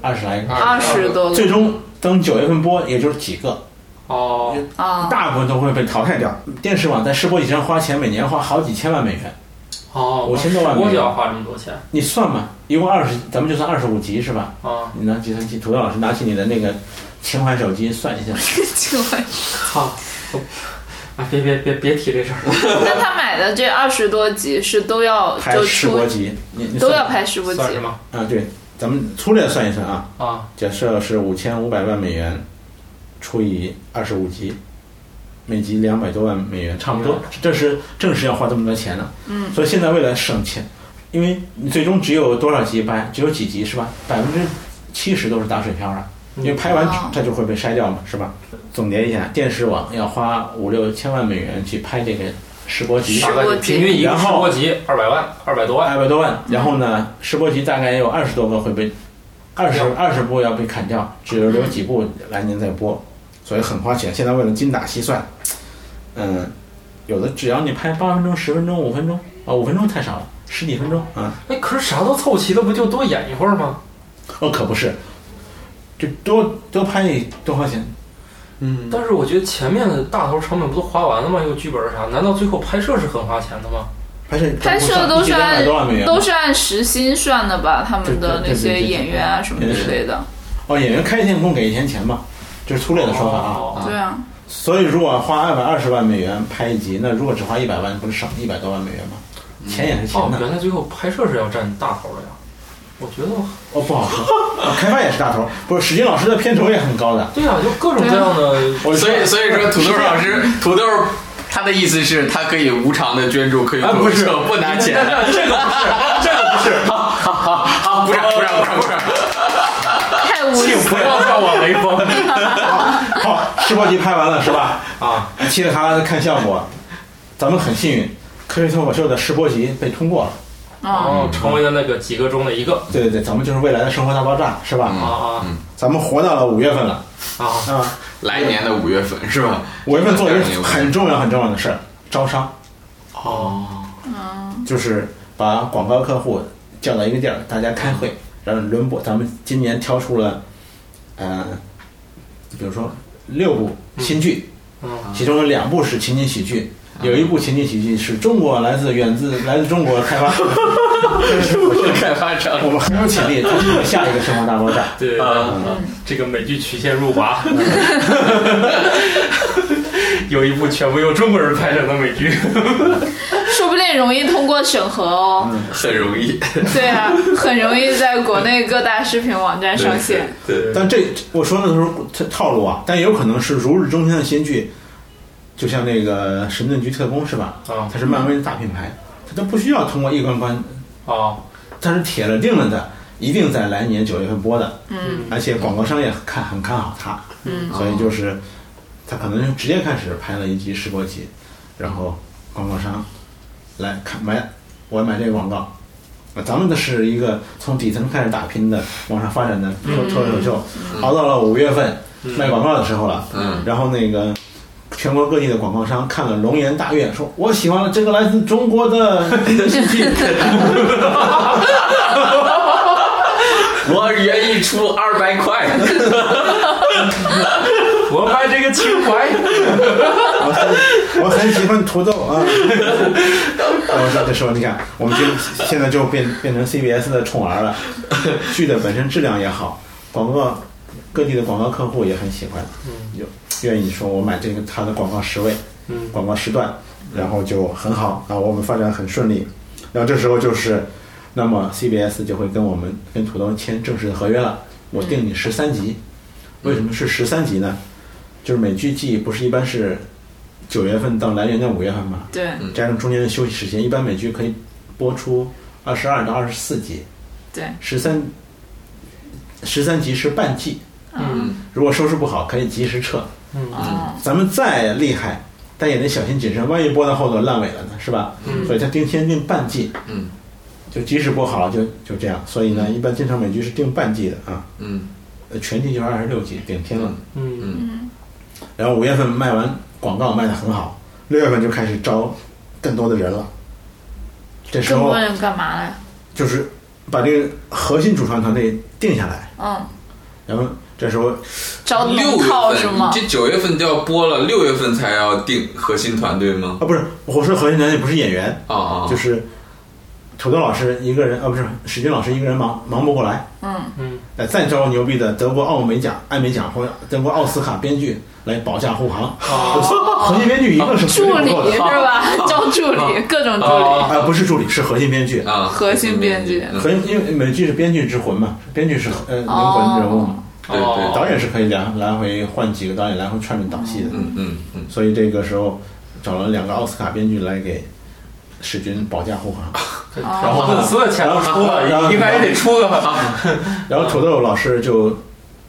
S8: 二十来个，
S3: 二十多
S8: 最
S3: 个
S8: 终等九月份播也就是几个，
S7: 哦，
S3: 啊，
S8: 大部分都会被淘汰掉。电视网在试播集上花钱，每年花好几千万美元。
S7: 哦，
S8: 五千多万
S7: 我
S8: 美元
S7: 就要花这么多钱
S8: 你算吧，一共二十，咱们就算二十五集是吧？
S7: 啊！
S8: 你拿计算器，土豆老师拿起你的那个情怀手机算一下，
S3: 就会。
S7: 操，我啊，别别别别提这事儿了，
S3: 那他买的这二十多集是都要
S8: 拍
S3: 就
S8: 十
S3: 出
S8: 播集，你你
S3: 都
S8: 算
S3: 要拍十部集
S7: 算什么
S8: 啊？对，咱们粗略算一算啊，
S7: 啊？
S8: 假设是五千五百万美元除以二十五集，每集两百多万美元，差不多
S7: 明。
S8: 这是正是要花这么多钱呢。嗯，所以现在为了省钱，因为你最终只有多少集拍，只有几集是吧？百分之七十都是打水漂了。因为拍完
S3: 哦
S8: 它就会被筛掉嘛，是吧？总结一下，电视网要花五六千万美元去拍这个试播集，
S7: 大概
S3: 十播集
S7: 平均一个
S8: 然
S7: 直
S8: 后
S7: 播集二百万，二百多万
S8: 二百多万，然后呢，试播集大概有二十多个会被二十
S7: 掉
S8: 二十部要被砍掉，只留几部来年再播，所以很花钱。现在为了精打细算，嗯，有的只要你拍八分钟、十分钟、五分钟啊，五分钟太少了，十几分钟
S3: 嗯
S8: 啊，
S7: 哎，可是啥都凑齐了，不就多演一会儿吗？
S8: 哦，可不是，就多多拍多花钱，
S2: 嗯，
S7: 但是我觉得前面的大头成本不都花完了吗？又剧本啥，难道最后拍摄是很花钱的吗？
S8: 拍摄
S3: 拍摄
S8: 都
S3: 都是
S8: 两百
S3: 按
S8: 多万美元，
S3: 都是按时薪算的吧？他们的
S8: 对对对
S3: 那些
S8: 对对
S3: 演员啊什么之类的，
S8: 哦，演员开一天工给一天钱嘛，这是粗略的说法啊。
S7: 哦
S3: 对啊，
S8: 所以如果花二百二十万美元拍一集，那如果只花一百万，不是省一百多万美元吗？
S2: 嗯
S8: 钱也是钱
S7: 哦，
S8: 呐。
S7: 原来最后拍摄是要占大头的呀。我觉得
S8: 哦，不好说。哦 开发也是大头，不是史金老师的片酬也很高的。
S7: 对呀，就各种各
S3: 啊
S7: 样的
S8: 我
S2: 所以所以说土豆老师，土豆他的意思是，他可以无偿的捐助，可以
S7: 啊不是
S2: 我不拿钱，
S7: 这个不是，这个不 是，
S2: 好，鼓掌鼓掌鼓掌鼓掌，
S8: 啊
S3: 太无语
S7: 不要叫我雷锋
S8: 好，试播集拍完了是吧？
S7: 啊！
S8: 嘁哩喀喳的看效果，咱们很幸运，科学脱口秀的试播集被通过了。
S3: 啊，
S7: 哦，成为了那个几个中的一个
S8: 对对对，咱们就是未来的生活大爆炸是吧？
S7: 啊
S2: 嗯
S7: 啊
S8: 咱们活到了五月份了
S7: 啊！
S8: 啊！
S2: 来年的五月份是吧？
S8: 五月份做一个
S2: 来嗯年五月份
S8: 很重要很重要的事儿，招商。
S7: 哦，
S8: 就是把广告客户叫到一个地儿，大家开会，然后轮播。咱们今年挑出了，呃，比如说六部新剧，
S7: 嗯，
S8: 其中有两部是情景喜剧，有一部情景喜剧是中国来自远自来自中国开发，
S2: 开发商
S8: 我们很有潜力推进下一个生活大爆炸。
S7: 对，这个美剧曲线入华，有一部全部由中国人拍成的美剧，
S3: 说不定容易通过审核
S8: 嗯
S3: 哦。
S2: 很容易，
S3: 对啊，很容易在国内各大视频网站上线。
S2: 对，
S8: 但这我说的都是这套路啊，但有可能是如日中天的新剧，就像那个《神盾局特工》是吧？
S7: 啊
S8: 它是漫威的大品牌，它都不需要通过一关关
S7: 哦，
S8: 但是铁了定了的，一定在来年九月份播的。嗯，而且广告商也很看很看好它，嗯，所以就是他可能就直接开始拍了一集试播集，然后广告商来看买我买这个广告。啊咱们的是一个从底层开始打拼的往上发展的嗯脱脱口秀，熬到了五月份卖广告的时候了。
S2: 嗯
S8: 然后那个全国各地的广告商看了《龙颜大悦》，说：“我喜欢了这个来自中国 的电视剧。
S2: 我愿意出二百块。
S7: 我把这个情怀，
S8: 我很 我很喜欢土豆啊。”我说：“这时候你看，我们就现在就变变成 CBS 的宠儿了。剧的本身质量也好，广告各地的广告客户也很喜欢，有愿意说我买这个它的广告十位，
S7: 嗯
S8: 广告时段，然后就很好啊，我们发展很顺利。然后这时候就是，那么 CBS 就会跟我们跟土豆签正式的合约了，我定你十三集。为什么是十三集呢？就是美剧季不是一般是九月份到来年的五月份嘛，
S3: 对
S2: 嗯
S8: 加上中间的休息时间，一般美剧可以播出二十二到二十四集，
S3: 对，
S8: 十三十三集是半季，
S7: 嗯
S8: 如果收视不好可以及时撤。
S7: 嗯
S3: 嗯
S8: 咱们再厉害，但也得小心谨慎，万一播到后头烂尾了呢，是吧？
S7: 嗯
S8: 所以它定先定半季，
S2: 嗯
S8: 就即使播好了就就这样。所以
S7: 嗯
S8: 呢，一般经常美剧是定半季的啊，
S2: 嗯
S8: 呃全季就二十六集，顶天了。
S7: 嗯
S3: 嗯
S8: 然后五月份卖完广告卖得很好，六月份就开始招更多的人了。这时
S3: 更
S8: 候
S3: 多人干嘛呀？
S8: 就是把这个核心主创团队定下来，
S3: 嗯，
S8: 然后这时候啊
S3: 招
S2: 六
S3: 龙哦套
S2: 月
S3: 是
S2: 份
S3: 吗？
S2: 这九月份就要播了，六月份才要定核心团队吗？
S8: 啊不是我说核心团队不是演员，
S2: 啊啊，
S8: 就是土豆老师一个人啊不是史军老师一个人忙忙不过来，
S3: 嗯
S7: 嗯
S8: 呃，再招牛逼的德国奥美奖、艾美奖或者德国奥斯卡编剧来保驾护航。
S2: 啊
S8: 核心编剧一定是绝对
S3: 助
S8: 不
S3: 理
S8: 够的
S3: 是吧？招助理，各种助理，
S7: 啊
S8: 啊，不是助理，是核心编剧。
S2: 啊，
S3: 核心编剧
S2: 嗯
S8: 核心因为美剧是编剧之魂嘛，编剧是呃灵
S3: 哦
S8: 魂人物嘛，
S2: 对对，
S8: 导演是可以来来回换几个导演来回串着导戏的。
S2: 嗯嗯嗯，
S8: 所以这个时候找了两个奥斯卡编剧来给史军保驾护航。
S7: 然后粉丝的钱都出了，应该也得出个吧？
S8: 然后土豆老师就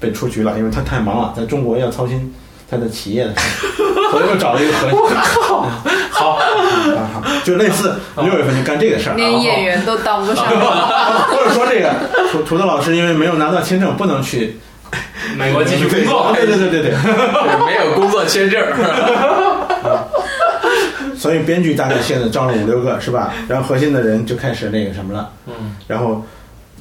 S8: 被出局了，因为他太忙了，在中国要操心他的企业的事，所以又找了一个合我靠，
S7: 好
S8: 啊，就类似六月份就干这个事儿，
S3: 连演员都当不上。
S8: 啊或者说这个土土豆老师因为没有拿到签证，不能去
S7: 美国继续工作，
S8: 对对对对对，
S2: 没有工作签证。
S8: 所以编剧大概现在招了五六个是吧？然后核心的人就开始那个什么了，
S7: 嗯，
S8: 然后。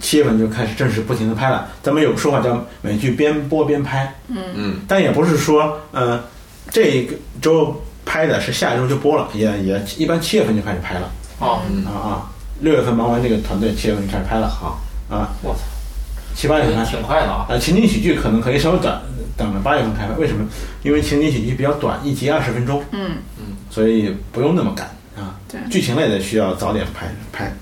S8: 七月份就开始正式不停的拍了。咱们有个说法叫美剧边播边拍，
S2: 嗯
S8: 但也不是说，呃，这一周拍的是下一周就播了，也也一般七月份就开始拍了
S7: 哦，
S8: 啊
S2: 嗯，
S8: 啊，六月份忙完这个团队，七月份就开始拍了好啊，
S7: 我操，
S8: 七八月份开始
S7: 挺快的啊！
S8: 啊，情景喜剧可能可以稍微短，等着八月份开拍，为什么？因为情景喜剧比较短，一集二十分钟，
S3: 嗯，
S8: 所以不用那么赶啊
S3: 对。
S8: 剧情类的需要早点拍拍，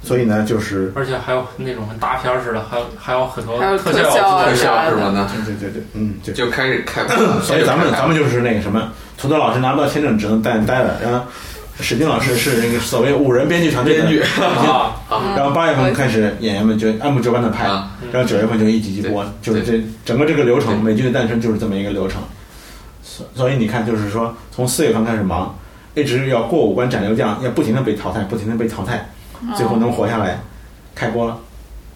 S8: 所以呢，就是
S7: 而且还有那种跟大片儿似的，还有还有很多
S3: 还有
S7: 特
S3: 特效
S7: 效
S3: 啊
S2: 特效是吗？呢，
S8: 对对对对，嗯，对。
S2: 就开始开拍，
S8: 所以咱们咱们就是那个什么，土豆老师拿不到签证，只能在那待着。然后史丁老师是那个所谓五人编剧团队的
S2: 编剧，
S7: 啊，
S8: 然后八月份开始演员们就按部就班的拍，
S2: 啊
S8: 然后九月份就一集一集播，就是这整个这个流程，美剧的诞生就是这么一个流程。所所以你看，就是说从四月份开始忙，一直要过五关斩六将，要不停的被淘汰，不停的被淘汰，最后能活下来，开播了，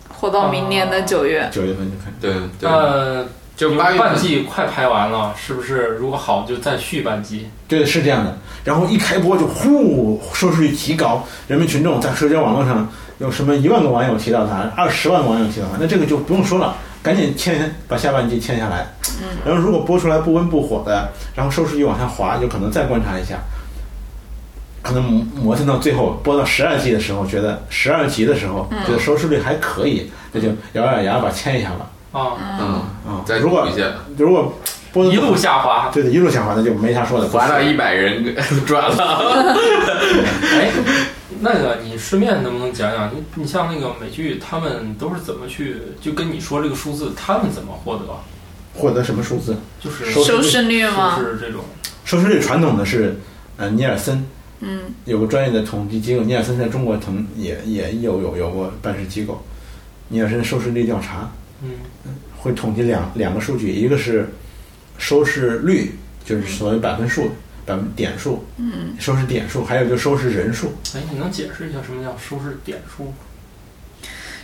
S3: 活到明年的九月。
S8: 九月份就开始。
S2: 对对，
S7: 那
S2: 就八月
S7: 呃半季快拍完了，是不是？如果好就再续半季。
S8: 对，是这样的。然后一开播就呼，收视率极高，人民群众在社交网络上有什么一万个网友提到他，二十万个网友提到他，那这个就不用说了，赶紧签把下半季签下来。然后如果播出来不温不火的，然后收视率往下滑，有可能再观察一下，可能磨磨蹭到最后播到十二季的时候，觉得十二集的时候觉得收视率还可以，那就咬咬牙把签一下吧。
S7: 啊，
S2: 嗯，
S8: 啊、
S2: 再
S8: 如
S2: 补
S8: 果
S2: 一下，
S8: 如果
S3: 嗯
S8: 播得
S7: 一
S8: 不
S7: 路下滑，
S8: 对的，一路下滑，那就没啥说的。
S2: 划到一百人转了，
S7: 哎，那个你顺便能不能讲讲，你你像那个美剧，他们都是怎么去就跟你说这个数字，他们怎么获得？
S8: 获得什么数字？
S7: 就是
S8: 收
S3: 收视率吗？
S7: 是这种
S8: 收视率传统的是，呃，尼尔森
S3: 嗯
S8: 有个专业的统计机构，尼尔森在中国腾也也有有有过办事机构，尼尔森收视率调查
S7: 嗯
S8: 会统计两两个数据，一个是收视率，就是所谓百分数、百分点数、
S3: 嗯，
S8: 收视点数，还有就收视人数。
S7: 哎，你能解释一下什么叫收视点数吗？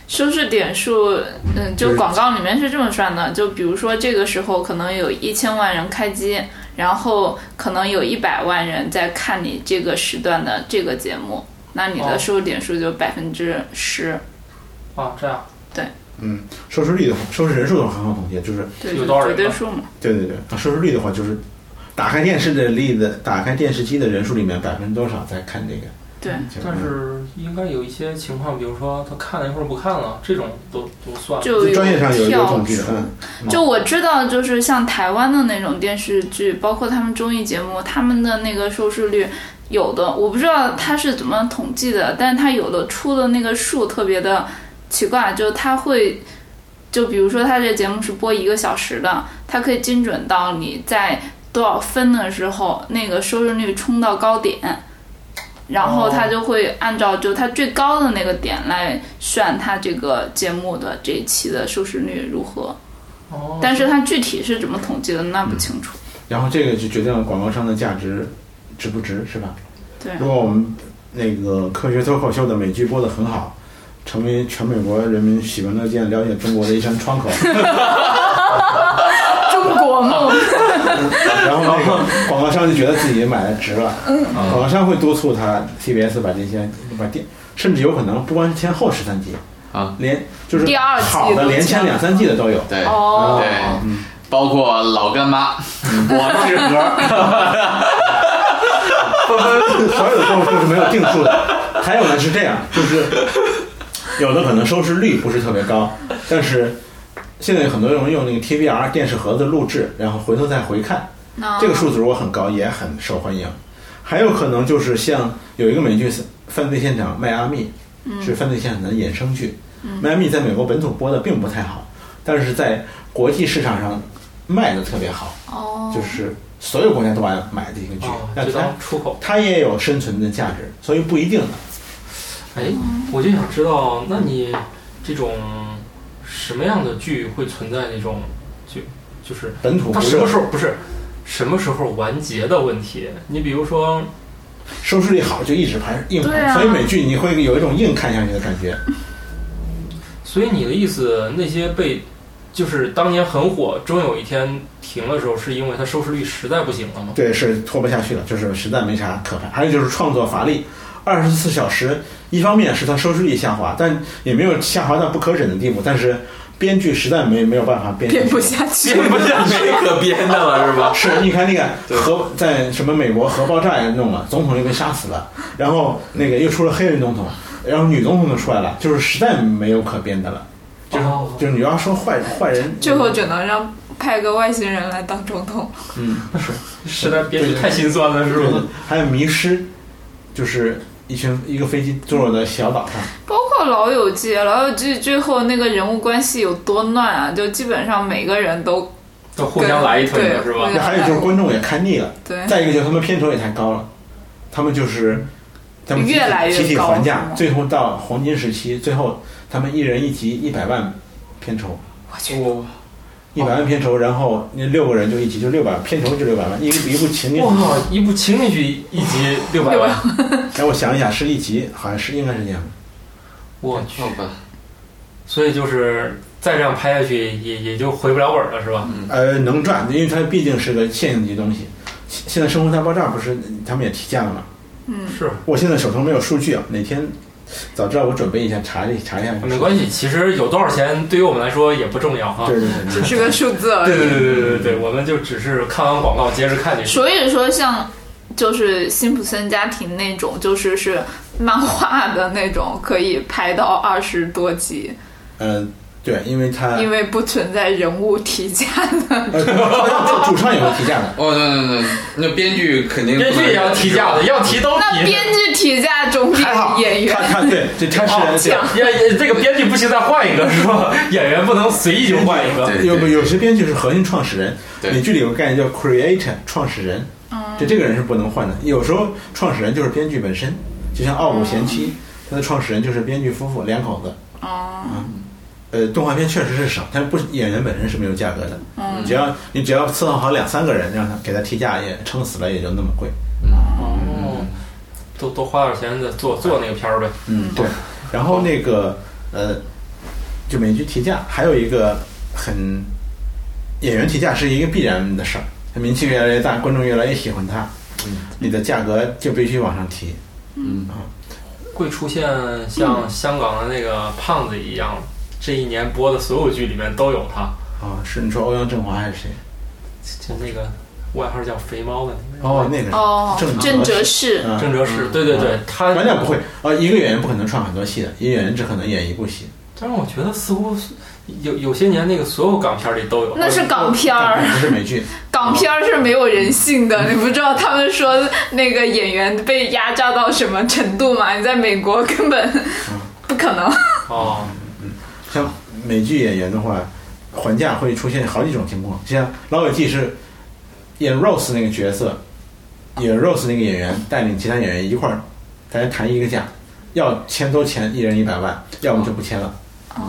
S3: 收视点数，嗯，
S8: 就
S3: 就是广告里面是这么算的，就比如说这个时候可能有一千万人开机，然后可能有一百万人在看你这个时段的这个节目，那你
S7: 哦
S3: 的收视点数就百分之十，
S7: 啊，这样
S8: 嗯，收视率的话，收视人数的话很好统计，就是
S3: 对，
S7: 有
S3: 就
S7: 道理
S3: 绝对
S7: 吧
S3: 数嘛。
S8: 对对对，收视率的话就是打开电视的例子，打开电视机的人数里面百分之多少在看这个？
S3: 对，
S2: 嗯
S8: 就
S7: 但是应该有一些情况，比如说他看了一会儿不看了，这种都都算。
S3: 就
S8: 就专业上有有
S3: 跳
S8: 统计的，
S3: 出
S8: 嗯，
S3: 就我知道，就是像台湾的那种电视剧，包括他们综艺节目，他们的那个收视率，有的我不知道它是怎么统计的，但是它有的出的那个数特别的奇怪，就它会，就比如说它这节目是播一个小时的，它可以精准到你在多少分的时候，那个收视率冲到高点。然后它就会按照就它最高的那个点来算它这个节目的这一期的收视率如何。
S7: 哦，
S3: 但是它具体是怎么统计的，那不清楚。
S8: 然后这个就决定了广告商的价值值不值，是吧？
S3: 对
S8: 嗯
S2: 嗯
S8: 如果我们那个科学脱口秀的美剧播得很好，成为全美国人民喜闻乐见了解中国的一扇窗 口，
S3: 中国梦，
S8: 然后那个广告商就觉得自己买的值了，
S2: 嗯
S8: 广告商会督促他 TBS 把这些把电，甚至有可能不光是前后十三季
S2: 啊，
S8: 连就是
S3: 第二季
S8: 好的
S3: 都
S8: 连前
S3: 前
S8: 两三季的都有。
S2: 对
S3: 哦
S2: 对，嗯包括老干妈，我是 盒，
S8: 所有的动物是没有定数的。还有呢是这样，就是有的可能收视率不是特别高，但是现在有很多人用那个 TVR 电视盒子录制，然后回头再回看，这个数字如果很高，也很受欢迎。还有可能就是像有一个美剧《犯罪现场迈阿密》，是《犯罪现场》的衍生剧。迈阿密在美国本土播的并不太好，但是在国际市场上卖的特别好，
S3: 哦
S8: 就是所有国家都爱买的一个剧
S7: 哦。
S8: 那
S7: 就
S8: 它
S7: 当出口。
S8: 它也有生存的价值，所以不一定的。
S7: 哎，我就想知道，那你这种什么样的剧会存在那种就啊就是
S8: 本土
S7: 它
S8: 不
S7: 什
S8: 热
S7: 么时候不是什么时候完结的问题？你比如说，
S8: 收视率好就一直盘硬
S3: 对
S8: 盘，
S3: 啊
S8: 所以美剧你会有一种硬看下去的感觉。
S7: 所以你的意思，那些被就是当年很火，终有一天停的时候，是因为它收视率实在不行了吗？
S8: 对，是拖不下去了，就是实在没啥可拍。还有就是创作乏力，二十四小时，一方面是它收视率下滑，但也没有下滑到不可忍的地步，但是编剧实在没没有办法编
S3: 编不下去。
S7: 不下去可编的了是吧？
S8: 是，你看那个核在什么美国核爆炸也弄了，总统又被杀死了，然后那个又出了黑人总统，然后女总统就出来了，就是实在没有可编的了。就是、
S7: 哦
S8: 就是你要说坏坏人，
S3: 最后只能让派个外星人来当总统。
S8: 嗯，
S7: 实在编剧太心酸了是
S8: 对
S7: 吧？
S8: 还有迷失，就是一群一个飞机坠落在小岛上，
S3: 包括《老友记》，《老友记》最后那个人物关系有多乱啊！就基本上每个人都
S7: 都互相来一腿的
S3: 对
S7: 是吧
S3: 对？
S8: 还有就是观众也看腻了，
S3: 对，
S8: 再一个就是他们片酬也太高了，他们就是他们集体
S3: 越来越
S8: 集体
S3: 高
S8: 还
S3: 是
S8: 价，
S3: 吗
S8: 最后到黄金时期，最后他们一人一集一百万片酬，
S7: 我
S8: 一百万片酬，然后那六个人就一集就六百片酬就六百万，一一部情景，
S7: 哇，一部情景剧一集六百万，
S8: 哎，我想一下是一集，好像是应该是这样，
S7: 我去
S2: 好！吧，
S7: 所以就是再这样拍下去，也也就回不了本儿了，是吧？
S8: 呃，能赚，因为它毕竟是个现象级东西。现现在《生活大爆炸》不是他们也提价了吗？
S7: 是，
S8: 我现在手头没有数据啊，哪天早知道我准备一下查一查一下。
S7: 没关系。其实有多少钱对于我们来说也不重要哈。
S8: 对。对 对
S3: 只是个数字而
S7: 对对
S3: 已。
S7: 对对对对，我们就只是看完广告接着看就行。
S3: 所以说，像就是辛普森家庭那种，就是是漫画的那种，可以拍到二十多集，
S8: 嗯、对，因为它
S3: 因为不存在人物提价的。
S8: 呃主主唱也会提价的。
S2: 哦，那那那那编剧肯定不能
S7: 编剧也要提价的，要提都
S3: 那
S7: 提
S3: 编。剧提价总比
S8: 哦还 好
S3: 演员
S8: 他他对这他是
S7: 哦
S8: 对
S7: 也也这个编剧不行，再换一个是吧？ 演员不能随意就换一个。
S2: 对
S8: 有有些编剧是核心创始人，
S2: 对
S8: 美剧里有个概念叫 creator 创始人，
S7: 哦
S8: 就这个人是不能换的。有时候创始人就是编剧本身，就像《傲骨贤
S7: 哦
S8: 妻》，它的创始人就是编剧夫妇两口子。
S3: 哦
S8: 嗯呃，动画片确实是少，但不演员本身是没有价格的。
S7: 哦
S8: 只要你只要伺候好两三个人，让他给他提价也撑死了也就那么贵。
S7: 哦，都都花点钱再做做那个片儿呗。
S8: 嗯，对。然后那个呃，就美剧提价，还有一个很演员提价是一个必然的事儿，他名气越来越大，观众越来越喜欢他，你的价格就必须往上提。
S7: 会出现像香港的那个胖子一样，这一年播的所有剧里面都有他，
S8: 啊、是你说欧阳震华还是谁？
S7: 就那个外号叫肥猫的那个
S8: 哦，那个
S3: 哦，郑
S8: 郑
S3: 哲
S8: 哲
S3: 仕，
S8: 嗯
S7: 郑哲仕，对对对，他
S8: 完全不会。呃，一个演员不可能串很多戏的，一个演员只可能演一部戏。
S7: 但是我觉得似乎是有有些年那个所有港片里都有，
S3: 那是港片儿。
S7: 嗯
S8: 不是美剧，
S3: 港片儿是没有人性的，你不知道他们说那个演员被压榨到什么程度吗？你在美国根本
S7: 嗯
S3: 不可能。
S7: 哦，
S8: 像美剧演员的话，还价会出现好几种情况。像《老友记》是演 Rose 那个角色，演 Rose 那个演员带领其他演员一块儿，大家谈一个价，要签都签，一人一百万，要么就不签了。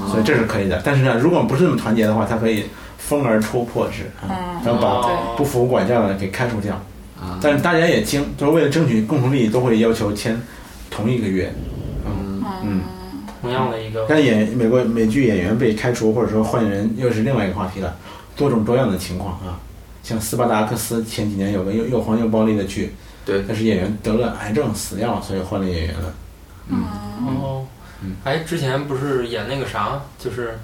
S8: 所以这是可以的。但是呢，如果不是那么团结的话，他可以分而出破之啊，然后把
S7: 哦
S8: 不服管教的给开除掉。
S2: 啊
S8: 但是大家也精，就是为了争取共同利益，都会要求签同一个约。嗯嗯，
S7: 同样的一个，
S8: 但演美国美剧演员被开除或者说换人，又是另外一个话题了，多种多样的情况啊。像斯巴达克斯前几年有个又又黄又暴力的剧，
S2: 对
S8: 但是演员得了癌症死掉了，所以换了演员了。嗯
S7: 哦，哎，之前不是演那个啥，就是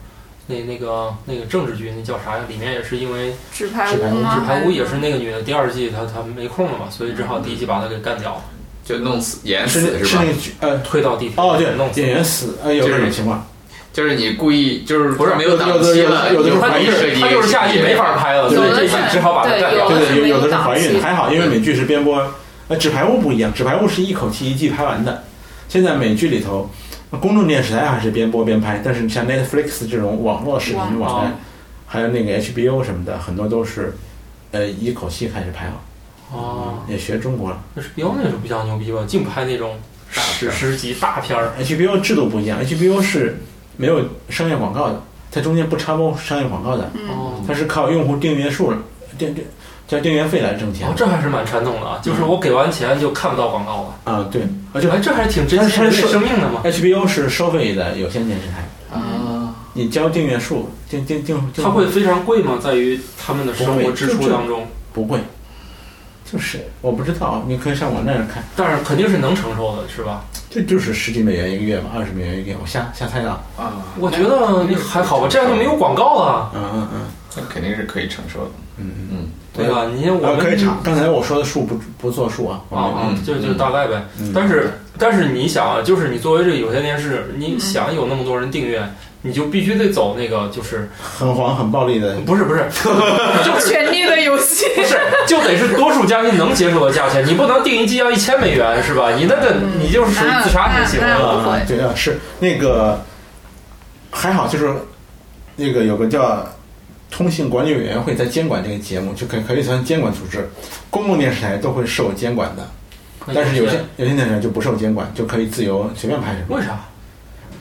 S7: 那那个那个政治剧，那叫啥呀？里面也是因为《
S3: 纸牌
S8: 纸牌
S3: 屋
S8: 屋
S3: 吗？
S7: 纸牌屋》也是那个女的第二季她她没空了嘛，所以只好第一季把她给干掉了，
S2: 就弄死演
S8: 是
S2: 死
S8: 那
S2: 是
S8: 是
S2: 吧
S8: 那？个剧呃
S7: 推到地铁
S8: 哦
S7: 弄
S8: 对，
S7: 死
S8: 演员死呃有
S2: 就
S8: 这
S2: 是
S8: 种情况，
S2: 就是你故意就是
S7: 不是
S2: 没有档
S8: 有的
S2: 期
S8: 有的
S2: 了，
S8: 有的
S2: 你
S8: 是
S7: 她
S2: 故
S8: 怀
S2: 意
S8: 孕
S2: 设计
S7: 她就是下季没法拍了，
S8: 对
S7: 所以
S8: 对
S7: 这一季只好把她干掉
S3: 有。
S8: 对
S3: 的
S8: 对有
S3: 是
S8: 有的是
S3: 没档
S8: 怀孕
S3: 期
S8: 的，还好，因为美剧是边播。呃，纸牌屋不一样，纸牌屋是一口气一季拍完的。现在美剧里头，呃公众电视台还是边播边拍，但是像 Netflix 这种网络视频网站，还有那个 HBO 什么的，很多都是呃一口气开始拍好，
S7: 哦，
S8: 也学中国了。
S7: 那是标那是比较牛逼吧？净拍那种史诗级大片儿。
S8: HBO 制度不一样，HBO 是没有商业广告的，它中间不插播商业广告的，
S3: 嗯
S7: 哦，
S8: 它是靠用户订阅数、订订叫订阅费来挣钱
S7: 哦，。这还是蛮传统的啊，就是我给完钱就看不到广告了。
S8: 啊，对，而且
S7: 哎，这还是挺珍惜人类生命的嘛。
S8: HBO 是收费的有线电视台，
S2: 啊，
S8: 你交订阅数，订订订，订
S7: 它会非常贵吗？在于他们的生活支出当中，
S8: 不贵？就是我不知道，你可以上网站看，
S7: 但是肯定是能承受的，是吧？
S8: 这就是十几美元一个月吧，二十美元一个月，我瞎瞎猜的啊。
S2: 啊
S7: 我觉得还好吧，这样就没有广告啊了，
S8: 嗯嗯嗯
S2: 那肯定是可以承受的。
S8: 嗯
S2: 嗯，
S7: 对吧？你我
S8: 嗯，啊，
S7: 们
S8: 可以查。刚才我说的数不不作数啊，
S7: 啊啊
S2: 嗯，
S7: 就就
S2: 嗯
S7: 大概呗。
S8: 嗯
S7: 但是但是你想啊，就是你作为这个有线电视，你想有那么多人订阅，你就必须得走那个就是
S8: 很黄很暴力的，
S7: 不是不是就是
S3: 权力的游戏。
S7: 不是，就得是多数嘉宾能接受的价钱，你不能定一季要一千美元是吧？你那个你就是属于自杀型行为
S3: 嗯那
S7: 了。
S3: 不会
S8: 啊，对啊，是那个还好，就是那个有个叫通信管理委员会在监管这个节目，就可以可以算监管组织，公共电视台都会受监管的。但是有些有些电视台就不受监管，就可以自由随便拍什么。
S7: 为啥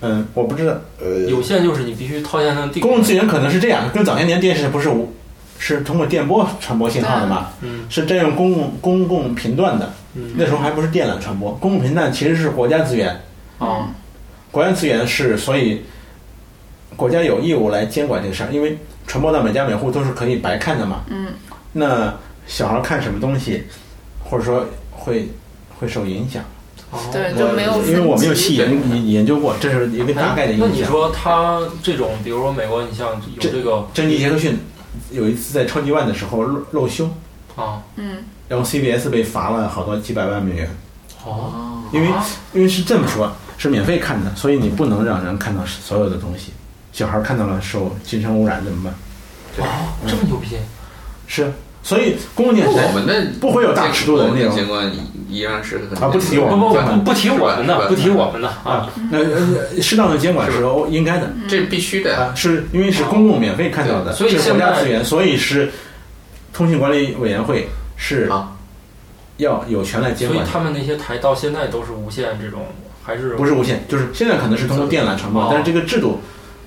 S8: 嗯，我不知道，呃，
S7: 有线就是你必须掏钱能定？
S8: 公共资源可能是这样，跟早些年电视不是无是通过电波传播信号的嘛，
S7: 嗯
S8: 是占用公共公共频段的。
S7: 嗯
S8: 那时候还不是电缆传播，公共频段其实是国家资源，
S7: 哦
S8: 国家资源是所以国家有义务来监管这个事儿，因为传播到每家每户都是可以白看的嘛。
S3: 嗯，
S8: 那小孩看什么东西，或者说会会受影响。
S7: 哦
S3: 对就没有
S8: 我
S3: 分
S8: 因为我没有
S3: 级
S8: 细研研研究过，这是一个大概的印
S7: 啊那
S8: 象。
S7: 你说他这种，比如说美国，你像有
S8: 这
S7: 这个
S8: 珍妮·杰克逊有一次在超级碗的时候露露胸，
S7: 啊，
S3: 嗯，
S8: 然后 CBS 被罚了好多几百万美元，
S7: 哦，
S8: 因为
S7: 啊
S8: 因为是这么说，是免费看的，所以你不能让人看到所有的东西。小孩看到了受精神污染怎么办？
S7: 哦这么牛逼，
S8: 是，啊所以公共电
S2: 那
S8: 视
S2: 我
S8: 台
S2: 们的
S8: 不会有大尺度的内容
S2: 监管一样是很
S8: 啊不提
S7: 不
S8: 我
S7: 不
S8: 们
S7: 不
S8: 这样
S7: 不不提我们
S2: 是
S7: 的，
S2: 吧
S7: 不提我们的啊
S8: 啊，那呃适当的监管是哦应该的
S2: 这必须的呀。
S8: 啊，是因为是公共免费看到的，
S7: 哦对所以
S8: 是国
S7: 现
S8: 家
S7: 在
S8: 资源，所以是通信管理委员会是
S2: 啊
S8: 要有权来监
S7: 所以
S8: 管的。
S7: 他们那些台到现在都是无线这种，还是
S8: 不是无线，就是现在可能是通过电缆传播，
S7: 哦
S8: 但是这个制度，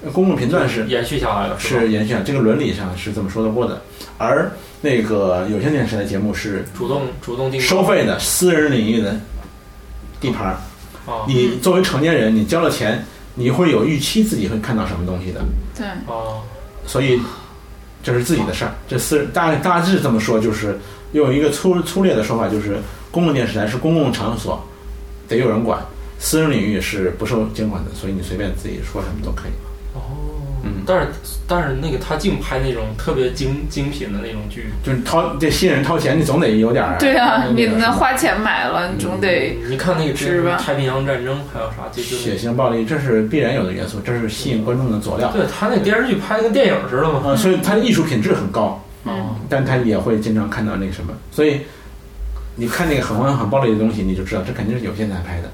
S8: 呃公共频段是
S7: 延续下来了，吧
S8: 是延续啊，这个伦理上是这么说得过的。而那个有线电视台节目是
S7: 主动主动定
S8: 收费的，私人领域的地盘儿。
S7: 啊
S8: 你作为成年人，你交了
S7: 哎
S8: 钱，你会有预期自己会看到什么东西的，
S3: 对，
S7: 啊，
S8: 所以这是自己的事儿，这私人大大致这么说，就是用一个粗粗略的说法，就是公共电视台是公共场所，得有人管；私人领域是不受监管的，所以你随便自己说什么都可以。嗯
S7: 但是但是那个他净拍那种特别精精品的那种剧，
S8: 就是掏这吸引人掏钱，你总得有点儿
S3: 对啊，
S8: 那
S3: 你
S8: 个
S3: 那花钱买了，你总
S2: 哎
S3: 得
S7: 你看那个
S3: 是吧
S7: 太平洋战争还有啥，就就
S8: 血腥暴力，这是必然有的元素，这是吸引观众的佐料。
S7: 对他那电视剧拍的跟电影似的
S3: 嗯
S7: 嘛。
S8: 呃，所以它的艺术品质很高，
S7: 哦
S8: 但它也会经常看到那个什么，所以你看那个很荒很暴力的东西，你就知道这肯定是有线台拍的。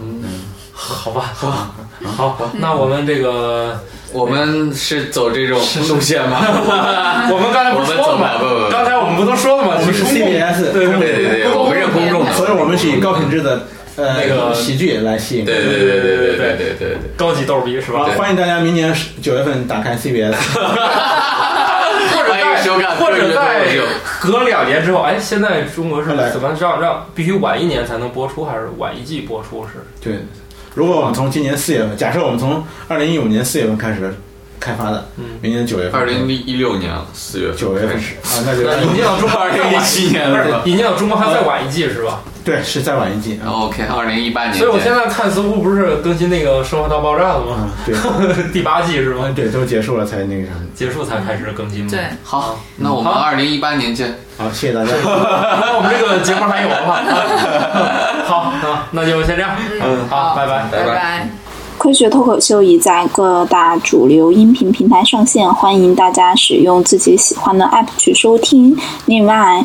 S2: 嗯
S7: 啊，好吧，好吧， 好，那我们这个，
S2: 我们是走这种路线吗？
S9: 我们刚才不是说了
S2: 啊我们怎么不不
S9: 吗？
S2: 不
S9: 刚才我们不都说了吗？
S8: 我啊们是
S9: 公共
S8: CBS
S9: 对对
S2: 对对对，我们是公众的，
S8: 所以我们是以高品质的呃、
S7: 那个
S8: 喜剧来吸引观
S2: 对
S8: 众。
S2: 对对对对对对对对，
S7: 高级逗逼是
S8: 好
S7: 吧？
S8: 欢迎大家明年十九月份打开 CBS，
S2: 或者欢迎收看
S7: 或者在
S2: 脱口秀
S7: 隔两年之后，哎，现在中国是
S8: 看来
S7: 怎么让让必须晚一年才能播出，还是晚一季播出是？
S8: 对。如果我们从今年四月份，假设我们从二零一五年四月份开始开发的，
S7: 嗯
S8: 明年九月份，
S2: 二零一六年了四月份
S8: 九月份
S2: 开
S8: 是
S2: 始，
S8: 啊，那就
S7: 那引进到中国还是晚一季
S2: 2017年了是吧
S7: 引进到中国还再晚一季是吧？
S8: 对，是再晚一季啊，
S2: 哦 OK，二零一八年见，
S7: 所以我现在看似乎不是更新那个《生活大爆炸》了吗？
S8: 啊，对，
S7: 第八季是
S8: 啊
S7: 吗？
S8: 对，都结束了才那个啥。
S7: 结束才开始更新吗？
S3: 对，
S2: 好，那我们二零一八年见。
S8: 好，谢谢 大家。
S7: 那 我们这个节目还有吗？好啊，那就先这样。嗯，好，拜拜，
S3: 拜拜。
S10: 科学脱口秀已在各大主流音频平台上线，欢迎大家使用自己喜欢的 app 去收听。另外，